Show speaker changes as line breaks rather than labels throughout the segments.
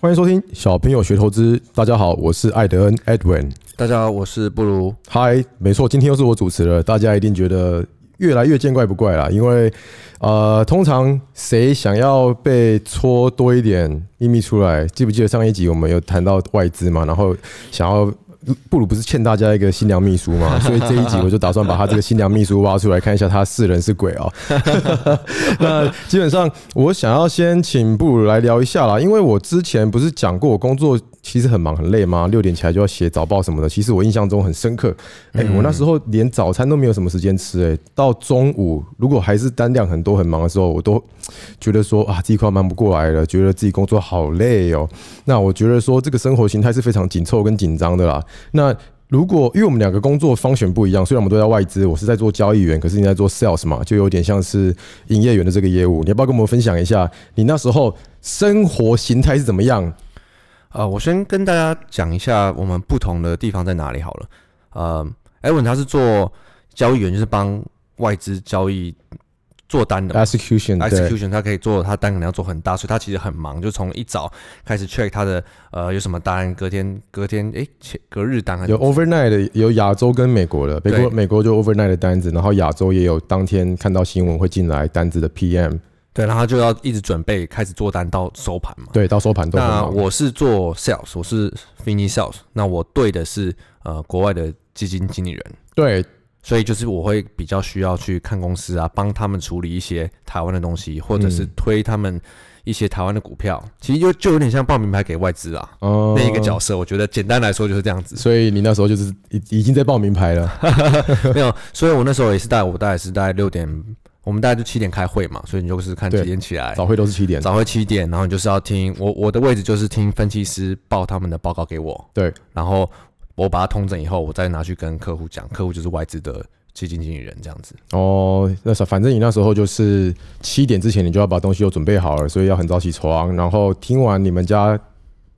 欢迎收听《小朋友学投资》。大家好，我是艾德恩 Edwin。
大家好，我是布鲁。
嗨，没错，今天又是我主持了，大家一定觉得越来越见怪不怪啦。因为呃，通常谁想要被搓多一点秘密出来？记不记得上一集我们有谈到外资嘛？然后想要布鲁不是欠大家一个新娘秘书嘛？所以这一集我就打算把他这个新娘秘书挖出来，看一下他是人是鬼哦。 那基本上我想要先请布鲁来聊一下啦，因为我之前不是讲过我工作其实很忙很累吗？六点起来就要写早报什么的，其实我印象中很深刻。哎、我那时候连早餐都没有什么时间吃、哎，到中午如果还是单量很多很忙的时候，我都觉得说啊自己快要忙不过来了，觉得自己工作好累哦。那我觉得说这个生活形态是非常紧凑跟紧张的啦。那如果因为我们两个工作方选不一样，虽然我们都在外资，我是在做交易员，可是你在做 sales 嘛，就有点像是营业员的这个业务。你要不要跟我们分享一下你那时候生活形态是怎么样？
呃，我先跟大家讲一下我们不同的地方在哪里好了。呃，艾文他是做交易员，就是帮外资交易做单的嘛。
execution 对
execution 他可以做他单可能要做很大，所以他其实很忙，就从一早开始 check 他的呃有什么单，隔天隔天诶，前隔日单还是
有 overnight 的，有亚洲跟美国的，美国
对
美国就 overnight 的单子，然后亚洲也有当天看到新闻会进来单子的 PM，
对，然后他就要一直准备开始做单到收盘嘛。
对，到收盘都很
那
忙。
我是做 sales，我是 fini sales，那我对的是呃国外的基金经理人。
对，
所以就是我会比较需要去看公司啊，帮他们处理一些台湾的东西，或者是
嗯
推他们一些台湾的股票。其实就就有点像报名牌给外资啊，
哦、
那一个角色，我觉得简单来说就是这 样子。
所以你那时候就是已已经在报名牌 了，
没有，所以我那时候也是大概，我大概是大概六点，我们大概就七点开会嘛，所以你就是看
对
几点起来，
早会都是七点。
早会七点，然后你就是要听我我的位置就是听分析师报他们的报告给我，
对，
然后我把它通整以后，我再拿去跟客户讲，客户就是外资的基金经理人这样子。
哦，那是反正你那时候就是七点之前你就要把东西都准备好了，所以要很早起床，然后听完你们家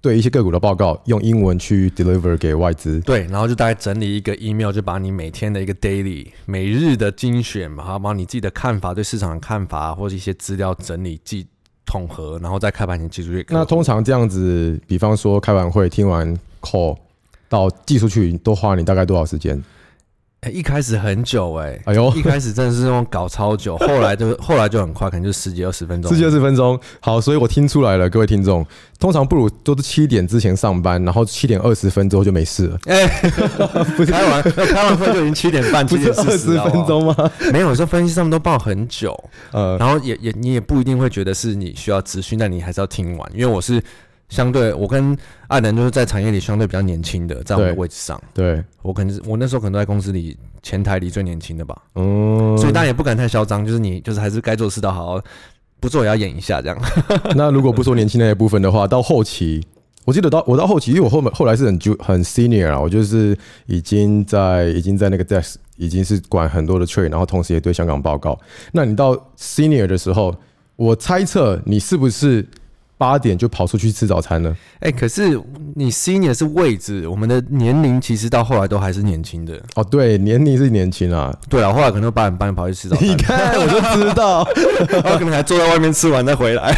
对一些个股的报告，用英文去 deliver 给外资。
对，然后就大概整理一个 email，就把你每天的一个 daily 每日的精选嘛，然后把你自己的看法、对市场的看法或者一些资料整理、记统合，然后在开盘前寄出去给客户。
那通常这样子，比方说开完会、听完 call 到寄出去，都花你大概多少时间？
哎一开始很久哎、
哎呦，
一开始真的是那种搞超久，后 来就后来就很快，可能就十几二十分钟。
四十分钟。好，所以我听出来了，各位听众，通常不如都是七点之前上班，然后七点二十分之后就没事了，
哎， 开完开完会就已经七点半、
不
七
是
点
二
四啊
十分，钟吗？
没有，有时候分析他们都报很久，
呃，
然后也也你也不一定会觉得是你需要资讯，但你还是要听完，因为我是相对我跟艾能就是在产业里相对比较年轻的，在我的
对
位置上，
对，
我可能是我那时候可能都在公司里前台里最年轻的吧，
嗯，
所以大家也不敢太嚣张，就是你就是还是该做的事都好好，不做也要演一下这样。
那如果不说年轻那一部分的话，到后期，我记得到我到后期，因为我后面后来是很 ju 很 senior 啊，我就是已经在已经在那个 desk 已经是管很多的 trade，然后同时也对香港报告。那你到 senior 的时候，我猜测你是不是八点就跑出去吃早餐了？
哎、可是你 senior 是位置，我们的年龄其实到后来都还是年轻的。
哦，对，年龄是年轻啊，
对啊，后来可能都八点半跑去吃 早
你
餐，
看 我就知道。
然后可能还坐在外面吃完再回来。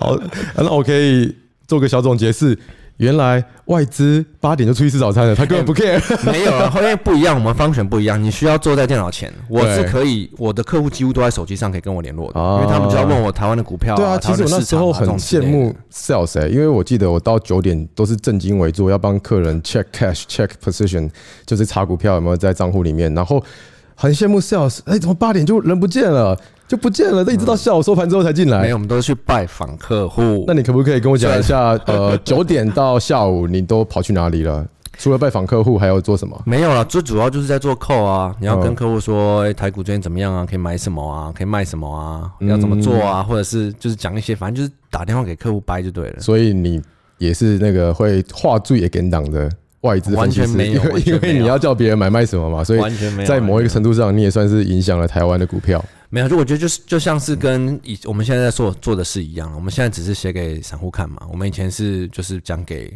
好，那我可以做个小总结是。原来外资八点就出去吃早餐了，他根本不 care。
没有 啊，因为不一样，我们方选不一样，你需要坐在电脑前。我是可以，我的客户几乎都在手机上可以跟我联络的，
哦
因为他们就要问我台湾的股票、
对啊，
台
其
湾
实
的
我那
市
时
场啊
候很羡。
这种之类
慕
的
sales 哎、因为我记得我到九点都是正襟危坐，要帮客人 check cash、check position，就是查股票有没有在账户里面。然后很羡慕 sales，哎、怎么八点就人不见了，就不见了？那一直到下午收盘之后才进
嗯没
来。
有，我们都是去拜访客户
那。你可不可以跟我讲一下， 呃，九点到下午你都跑去哪里了？除了拜访客户，还有做什么？
没有了，最主要就是在做扣啊，你要
嗯
跟客户说、哎台股最近怎么样啊，可以买什么啊，可以卖什么啊，要怎么做啊，或者是就是讲一些，反正就是打电话给客户掰就对了。
所以你也是那个会话最也跟党的外资分析
完全
师，
没有
因为
完全
因为
没有
你要叫别人买卖什么嘛，所以
完全没有啊
在某一个程度上，你也算是影响了台湾的股票。
没有，就我觉得就是就像是跟以我们现在在做做的事一样了。我们现在只是写给散户看嘛，我们以前是就是讲给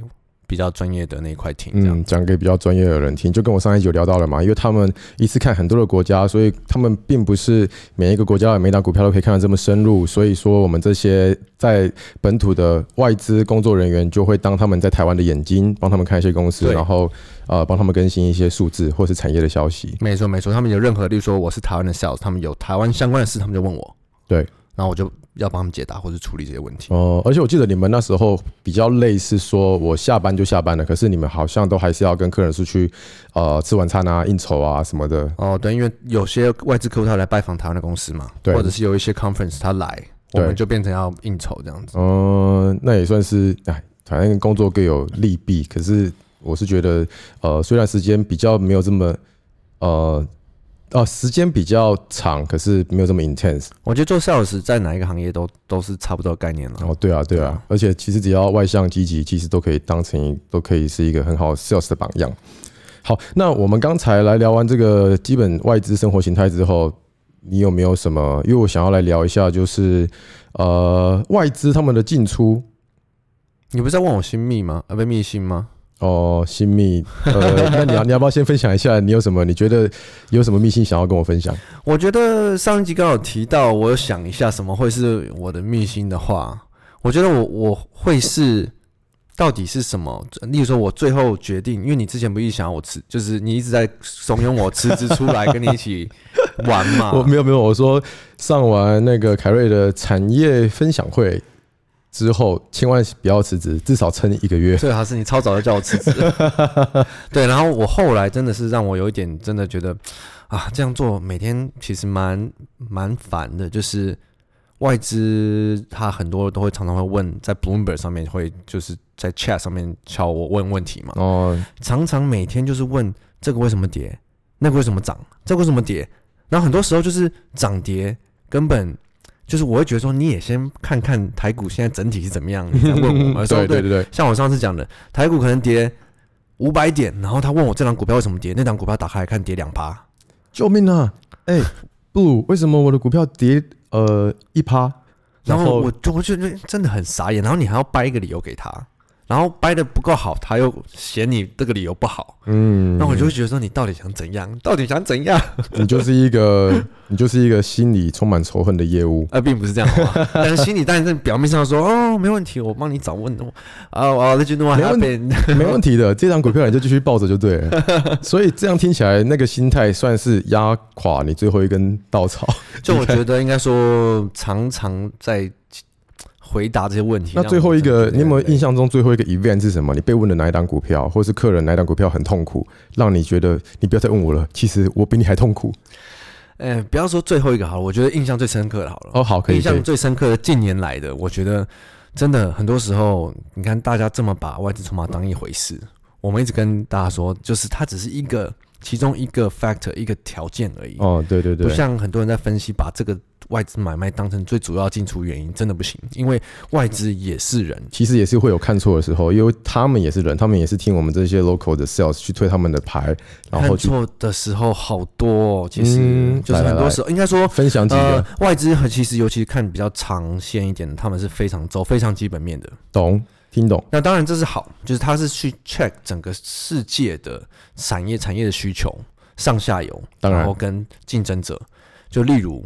比较专业的那一块听，这样。
嗯，讲给比较专业的人听，就跟我上一集有聊到了嘛，因为他们一次看很多的国家，所以他们并不是每一个国家的每一档股票都可以看得这么深入，所以说我们这些在本土的外资工作人员就会当他们在台湾的眼睛，帮他们看一些公司，
对
然后呃帮他们更新一些数字或是产业的消息。
没错没错，他们有任何，例如说我是台湾的 sales，他们有台湾相关的事，他们就问我，
对，
然后我就要帮他们解答或者处理这些问题。
哦、而且我记得你们那时候比较类似说，我下班就下班了，可是你们好像都还是要跟客人出去呃吃晚餐啊、应酬啊什么的。
哦，对，因为有些外资客户他来拜访台湾的公司嘛，
对
或者是有一些 conference 他来，我
对
们就变成要应酬这样子。
嗯，那也算是哎，反正工作各有利弊。可是我是觉得，呃，虽然时间比较没有这么，呃，啊，时间比较长，可是没有这么 intense。
我觉得做 sales 在哪一个行业都都是差不多的概念了。
哦，对啊，对
对
啊
啊，
而且其实只要外向积极，其实都可以当成都可以是一个很好 sales 的榜样。好，那我们刚才来聊完这个基本外资生活形态之后，你有没有什么？因为我想要来聊一下，就是呃，外资他们的进出
你不是在问我新密吗？啊，不，密信吗？
哦，新密，呃， 那你要你要不要先分享一下你有什么？你觉得有什么秘辛想要跟我分享？
我觉得上一集刚好提到，我有想一下什么会是我的秘辛的话，我觉得我我会是到底是什么？呃例如说，我最后决定，因为你之前不是一直想要我辞，就是你一直在怂恿我辞职出来跟你一起玩嘛。
我没有没有，我说上完那个凯瑞的产业分享会之后，千万不要辞职，至少撑一个月。
最好是你超早就叫我辞职， 对，然后我后来真的是让我有一点真的觉得啊，这样做每天其实蛮蛮烦的，就是外资他很多都会常常会问，在 Bloomberg 上面会就是在 Chat 上面敲我问问题嘛，
哦，
常常每天就是问这个为什么跌，那个为什么涨，这个为什么跌，然后很多时候就是涨跌根本。就是我会觉得说，你也先看看台股现在整体是怎么样，你再问我
嗯
们。
对对对对，
像我上次讲的，台股可能跌五百点，然后他问我这档股票为什么跌，那档股票打开来看跌两趴，
救命啊！哎、不，为什么我的股票跌呃一趴？然
然
后
后我就我就觉得真的很傻眼，然后你还要掰一个理由给他，然后掰的不够好，他又嫌你这个理由不好，
嗯，
那我就会觉得说你到底想怎样？到底想怎样？
你就是一个你就是一个心里充满仇恨的业务。
呃，并不是这样，好吗但是心里但是表面上说哦没问题，我帮你找问我啊，我那就弄
没问题
happen，
没问题的，这张股票你就继续抱着就对 了。所以这样听起来，那个心态算是压垮你最后一根稻 草。
就我觉得应该说常常在回答这些问题。
那
让
最
我
后一
真的
个，
觉得
你有没有
很累
印象中最后一个 event 是什么？你被问的哪一档股票，或是客人哪一档股票很痛苦，让你觉得你不要再问我了，其实我比你还痛苦。
哎、不要说最后一个好了，我觉得印象最深刻的好了。
哦，好，可以，
印
可
象
以。
最深刻的近年来的，我觉得真的很多时候，你看大家这么把外资筹码当一回事，我们一直跟大家说，就是它只是一个其中一个 factor 一个条件而已，
哦，对对
不
对，
像很多人在分析把这个外资买卖当成最主要进出原因，真的不行，因为外资也是人，
其实也是会有看错的时候，因为他们也是人，他们也是听我们这些 local 的 sales 去推他们的牌，然后
看
去
错的时候好多、哦，其实、
嗯
就
来
是
来
很多
来
时候应该说
分享几
呃
个，
外资和其实尤其看比较长线一点的，他们是非常走非常基本面的。
懂听懂。
那当然这是好，就是他是去 check 整个世界的产业产业的需求上下游，
当然
后跟竞争者，就例如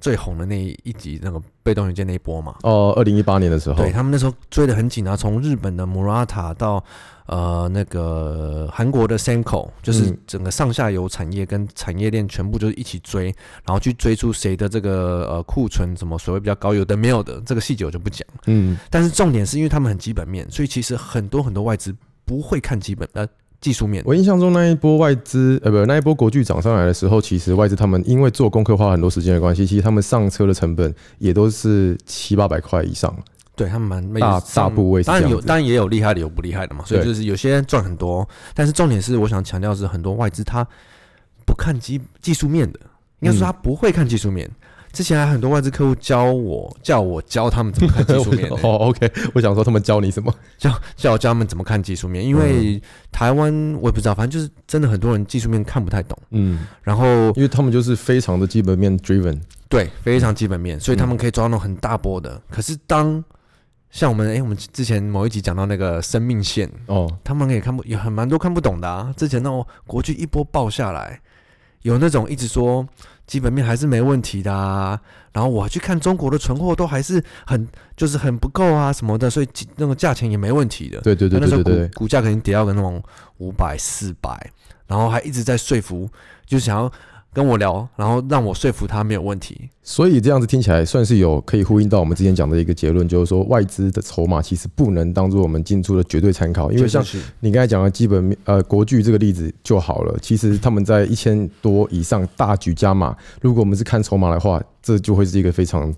最红的那一集那个被动元件那一波嘛，
哦，二零一八年的时候
对，他们那时候追得很紧啊，从日本的 Murata 到呃那个韩国的 Senko，就是
嗯
整个上下游产业跟产业链全部就是一起追，然后去追出谁的这个呃库存什么所谓比较高，有的没有的，这个细节我就不讲。
嗯，
但是重点是因为他们很基本面，所以其实很多很多外资不会看基本呃技术面。
我印象中那一波外资，呃，不，那一波国巨涨上来的时候，其实外资他们因为做功课花很多时间的关系，其实他们上车的成本也都是七八百块以上。
对他们蛮
大大部位是
当
这
然
样
有，
子
当然也有厉害的，有不厉害的嘛。所以
对
就是有些人赚很多，但是重点是，我想强调的是很多外资他不看技技术面的，应该
嗯
说他不会看技术面。之前还很多外资客户教我，叫我教他们怎么看技术面的，
哦，OK，我想说他们教你什么？
教叫我教他们怎么看技术面，因
嗯
为台湾我也不知道，反正就是真的很多人技术面看不太懂，
嗯，
然后
因为他们就是非常的基本面 driven。嗯
对，非常基本面，所以他们可以抓那种很大波的。可是当像我们哎、诶我们之前某一集讲到那个生命线，
哦，
他们也看不有很蛮多看不懂的啊。之前那种国剧一波爆下来，有那种一直说基本面还是没问题的啊，然后我还去看中国的存货都还是很就是很不够啊什么的，所以几那个价钱也没问题的。
对对对
那时
对
候
对对
股，股价肯定跌到个那种五百、四百，然后还一直在说服，就想要跟我聊，然后让我说服他没有问题。
所以这样子听起来算是有可以呼应到我们之前讲的一个结论，就是说外资的筹码其实不能当做我们进出的绝对参考，因为像
就是
你刚才讲的基本面呃国剧这个例子就好了。其实他们在一千多以上大举加码，如果我们是看筹码的话，这就会是一个非常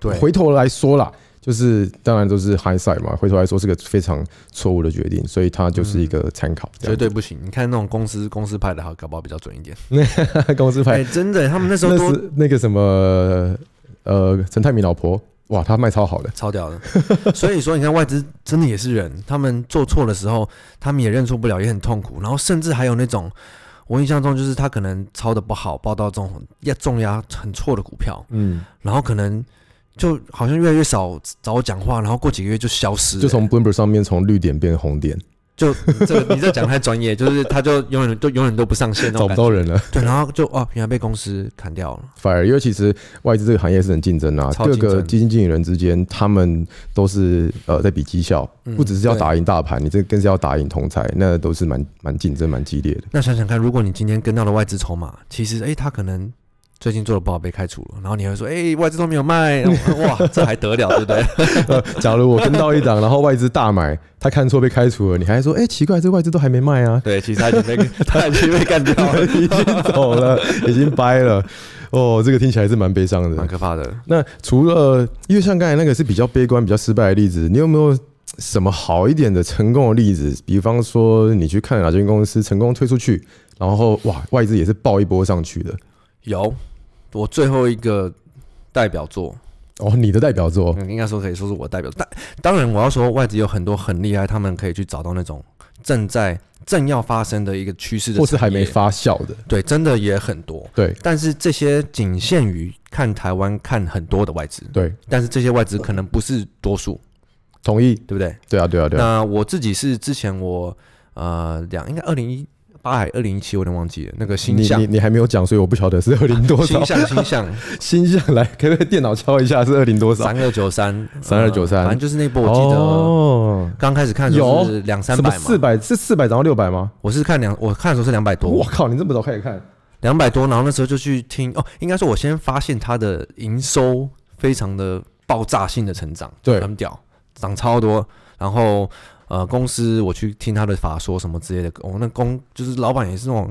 对
回头来说啦，就是当然都是 high side 嘛，回头来说是个非常错误的决定，所以它就是一个参考。这
嗯绝
样
对不行。你看那种公司公司派的，好，搞不好比较准一点。
公司
哎、
牌
真的，他们那时候
那
多
是那个什么呃陈泰明老婆，哇，她卖超好的。
超屌的。 所以说，你看外资真的也是人，他们做错的时候，他们也认错不了，也很痛苦。然后甚至还有那种，我印象中就是他可能抄的不好，报到这种压重压很错的股票，
嗯，
然后可能就好像越来越少找我讲话，然后过几个月就消失了，
就从 Bloomberg 上面从绿点变成红点，
就这个你这讲太专业，就是他就永远都永远都不上线那
找不
种感觉。
到人了。
对，然后就哦，原来被公司砍掉了。
反而，因为其实外资这个行业是很竞争啊，
超
各
竞争
个基金经理人之间，他们都是呃在比绩效，
嗯
不只是要打赢大盘，你这更是要打赢同财，那都是蛮蛮竞争、蛮激烈的。
那想想看，如果你今天跟到了外资筹码，其实诶，他可能最近做的不好被开除了，然后你还说诶，外资都没有卖， 哇，这还得了，对不对？，
呃假如我跟到一档，然后外资大买，他看错被开除了，你还说，哎、奇怪，这外资都还没卖啊
对，其实他已经 被他已经被干掉了，
已经走了，已经掰了。哦，这个听起来是蛮悲伤
蛮
的。
可怕的。
那除了，呃因为像刚才那个是比较悲观、比较失败的例子，你有没有什么好一点的成功的例子？比方说，你去看哪间公司成功推出去，然后哇，外资也是爆一波上去的。
有，我最后一个代表作，
哦，你的代表作，
嗯应该说可以说是我代表。但当然，我要说外资有很多很厉害，他们可以去找到那种正在正要发生的一个趋势的产业，
或是还没发酵的，
对，真的也很多。
对
但是这些仅限于看台湾看很多的外资，
对，
但是这些外资可能不是多数，
同意，
对不对？
对啊，对啊，对啊，
那我自己是之前我呃两应该二零一八还二零一七，我有点忘记了那个星
你
象
你你还没有讲，所以我不晓得是二零多少
星。象星象
星象来，可不可以电脑敲一下是二零多少？
三二九三呃
3293
反正就是那波我记得
哦，
刚开始看的时候是两三
什么
百嘛
四，百是四百涨到六百吗？
我是看两我看的时候是两百
我
多，
靠，你这么早开始看？
两百多，然后那时候就去听哦，应该说我先发现它的营收非常的爆炸性的成长，
对
很屌，涨超多，然后。呃，公司我去听他的法说什么之类的，我、那公就是老板也是那种，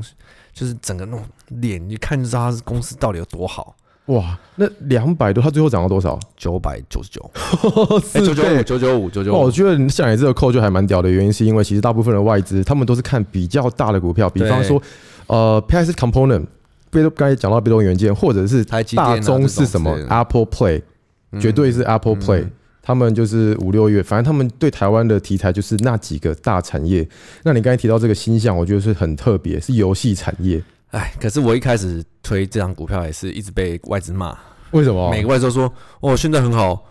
就是整个那种脸一看就知道他是公司到底有多好，
哇，那两百多，它最后涨到多少？
九百九 十九， 哎，
四
九九五，
倍。
九九五，九九
哇，
五
我，觉得你像你这个扣就还蛮屌的，原因是因为其实大部分的外资他们都是看比较大的股票，比方
对
说呃 PS Component，被刚才讲到被动元件，或者是
台积电、啊、
大宗是什么
这种之类的嗯
Apple Play，绝对是 Apple Play。他们就是五六月，反正他们对台湾的题材就是那几个大产业。那你刚才提到这个星象，我觉得是很特别，是游戏产业。
哎，可是我一开始推这张股票也是一直被外资骂，
为什么？
每个外资都说哦现在很好，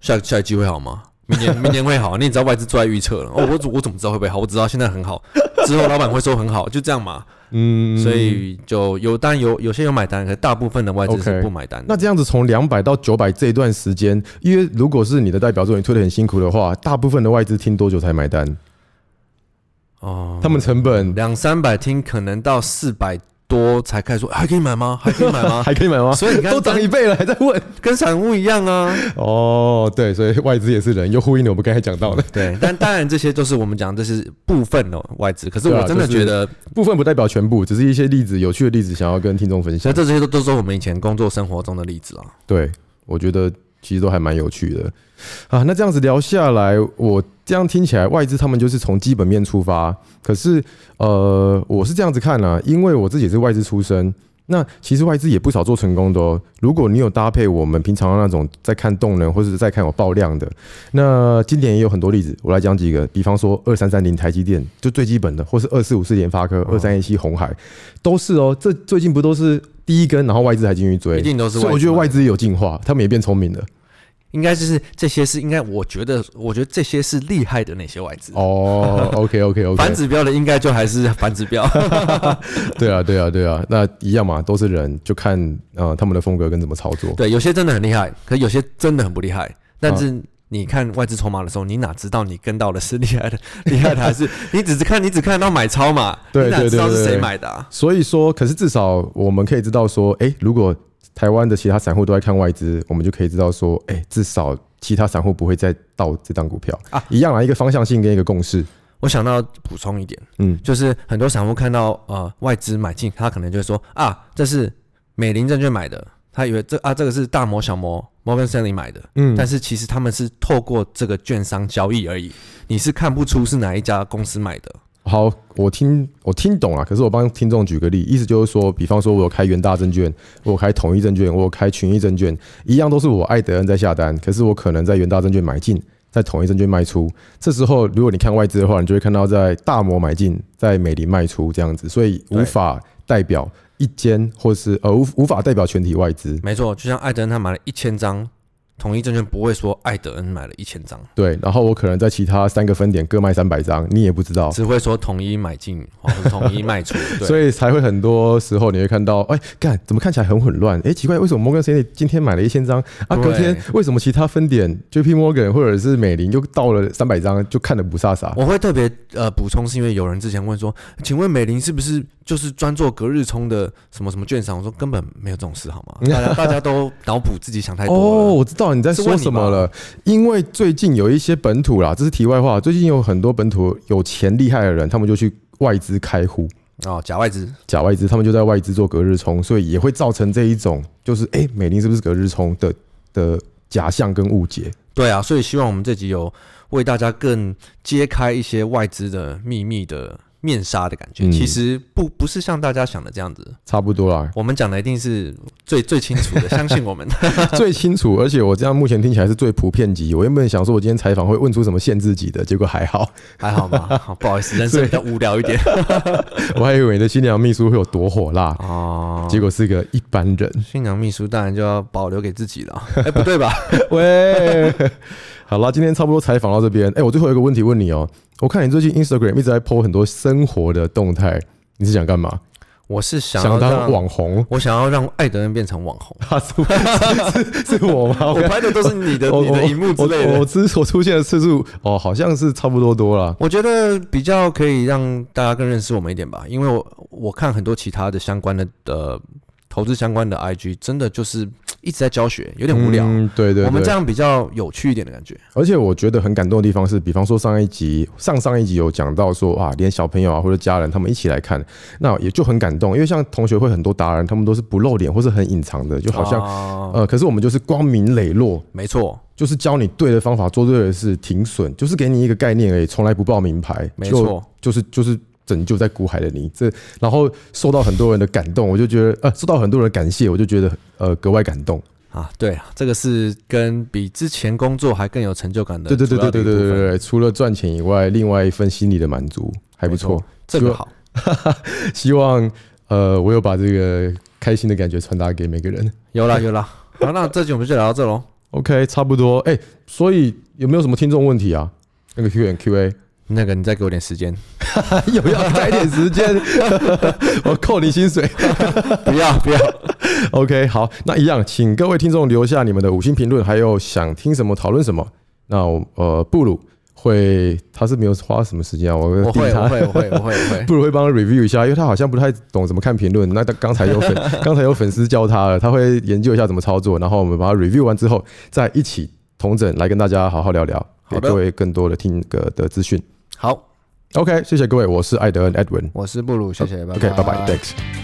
下下一季会好吗？明年明年会好？你也知道外资最爱预测了哦，我怎我怎么知道会不会好？我只知道现在很好，之后老板会说很好，就这样嘛。
嗯
所以就有当然有有些有买单，可大部分的外资
OK
是不买单的。
那这样子从两百到九百这一段时间，因为如果是你的代表作，你推的很辛苦的话，大部分的外资听多久才买单？
哦，
他们成本
两三百听可能到四百多才开始说哎还可以买吗？还可以买 吗？
还可以买吗？
所以你看
啊都涨
跟
一倍了，还在问？
跟散户一样 啊。
哦，对，所以外资也是人，又呼应了我们刚才讲到的
对，但当然这些都是我们讲这是部分的外资，可是
对啊
我真的
就是
觉得
部分，不代表全部，只是一些例子，有趣的例子想要跟听众分
所
享
以。这些都都是我们以前工作生活中的例子啊。
对，我觉得其实都还蛮有趣的啊。那这样子聊下来，我这样听起来，外资他们就是从基本面出发。可是，呃，我是这样子看啊，因为我自己也是外资出身。那其实外资也不少做成功的哦。如果你有搭配我们平常那种在看动能或者是在看有爆量的，那今年也有很多例子，我来讲几个。比方说二三三零台积电就最基本的，或是二四五四联发科、二三一七红海，都是哦。这最近不都是第一根，然后外资还进去追，
一定都是
所以我觉得
外资嘛
外资也有进化，他们也变聪明了。
应该就是这些是应该，我觉得，我觉得这些是厉害的那些外资。
哦，OK OK
反
OK，
指标的应该就还是反指 标，
对啊对啊对啊，那一样嘛，都是人，就看呃他们的风格跟怎么操作。
对，有些真的很厉害，可有些真的很不厉害。但是
嗯
你看外资筹码的时候，你哪知道你跟到的是厉害的， 厉害的还是你只是看你只看到买超嘛？
对
你哪
对
知
对
道是
对
谁
对
买的、啊？
所以说，可是至少我们可以知道说，哎、如果台湾的其他散户都在看外资，我们就可以知道说，哎、至少其他散户不会再倒这档股票
啊
一样啊，一个方向性跟一个共识。
我想到补充一点，
嗯，
就是很多散户看到呃外资买进，他可能就会说啊，这是美林证券买的，他以为这啊这个是大摩小摩摩根 n l e y 买的，
嗯
但是其实他们是透过这个券商交易而已，你是看不出是哪一家公司买的。
好，我听我听懂了，可是我帮听众举个例，意思就是说，比方说我有开元大证券，我有开统一证券，我有开群益证券，一样都是我艾德恩在下单，可是我可能在元大证券买进，在统一证券卖出。这时候如果你看外资的话，你就会看到在大摩买进，在美林卖出这样子，所以无
对
法代表一间或是呃无无法代表全体外资。
没错，就像艾德恩他买了一千张，统一证券不会说艾德恩买了一千张，
对，然后我可能在其他三个分点各卖三百张，你也不知道。
只会说统一买进或者统一卖出。对，
所以才会很多时候你会看到，哎、干怎么看起来很混乱？哎、奇怪，为什么摩根 Stanley 今天买了一千张啊？
对
隔天为什么其他分点 JP Morgan 或者是美林又到了三百张，就看得不飒飒？
我会特别呃补充，是因为有人之前问说，请问美林是不是就是专做隔日冲的什么什么券商？我说根本没有这种事，好吗？大 家大家都脑补自己想太多
哦，
了。
我知道你在说什么了，因为最近有一些本土啦，这是题外话，最近有很多本土有钱厉害的人，他们就去外资开户。
哦，假外资，
假外资，他们就在外资做隔日冲，所以也会造成这一种就是哎、美林是不是隔日冲的的假象跟误解。
对啊，所以希望我们这集有为大家更揭开一些外资的秘密的面纱的感觉。
嗯
其实不不是像大家想的这样子，
差不多啦，
我们讲的一定是最最清楚的，相 信我们。
最清楚，而且我这样目前听起来是最普遍级。我原本想说，我今天采访会问出什么限制级的，结果还 好，
还好吗？好，不好意思，人生比较无聊一点
我还以为你的新娘秘书会有多火辣，
哦。
结果是个一般 人。
新娘秘书当然就要保留给自己了，哎、不对吧？
喂， 好啦，今天差不多采访到这边。哎、我最后有一个问题问你哦、我看你最近 Instagram 一直在 po 很多生活的动态，你是想干嘛？
我是想要
想当
让，
网红？。
我想要让艾德恩变成网红
啊， 是是 是我吗？
我
看
拍的都是你的 你的荧幕之类
我我我
的。
之我出现的次数哦，好像是差不多多啦。
我觉得比较可以让大家更认识我们一点吧，因为我我看很多其他的相关的呃投资相关的 IG，真的就是一直在教学，有点无聊。
嗯、对对对，
我们这样比较有趣一点的感觉。
而且我觉得很感动的地方是，比方说上一集、上上一集有讲到说啊，连小朋友啊或者家人他们一起来看，那也就很感动，因为像同学会很多达人，他们都是不露脸或是很隐藏的，就好
哦
像、
像
呃，可是我们就是光明磊落，
没错，
就是教你对的方法，做对的事，停损，就是给你一个概念而已，从来不报名牌，
没
就
错，
就是就是拯救在苦海的你。这然后受到很多人的感动，我就觉得呃，受到很多人的感谢，我就觉得呃格外感动。
啊，对啊，这个是跟比之前工作还更有成就感的
对对对
主要
对
的
对
一部
对
分，
对对，除了赚钱以外，另外一份心理的满足还不错。
这个好。
希望呃，我有把这个开心的感觉传达给每个人。
有啦有啦，好，那这集我们就聊到这喽。
OK，差不多。哎、所以有没有什么听众问题啊？那个 Q Q&A
那个，你再给我点时间，
有要开点时 间，我扣你薪水。
不要不要，
OK，好，那一样，请各位听众留下你们的五星评论，还有想听什么讨论什么。那我呃，布鲁会他是没有花什么时间啊，我
我
定
会
他
我会我会我会我 会。
不如会帮他 review 一下，因为他好像不太懂怎么看评论。那他刚才有 粉，刚才有粉丝教他了，他会研究一下怎么操作，然后我们把它 review 完之后，再一起同整来跟大家好好聊聊，给
好的
各位更多的听个的资讯。
好，
OK，谢谢各位，我是艾德恩 Edwin。
我是布鲁，谢谢，拜
OK，拜拜，Thanks。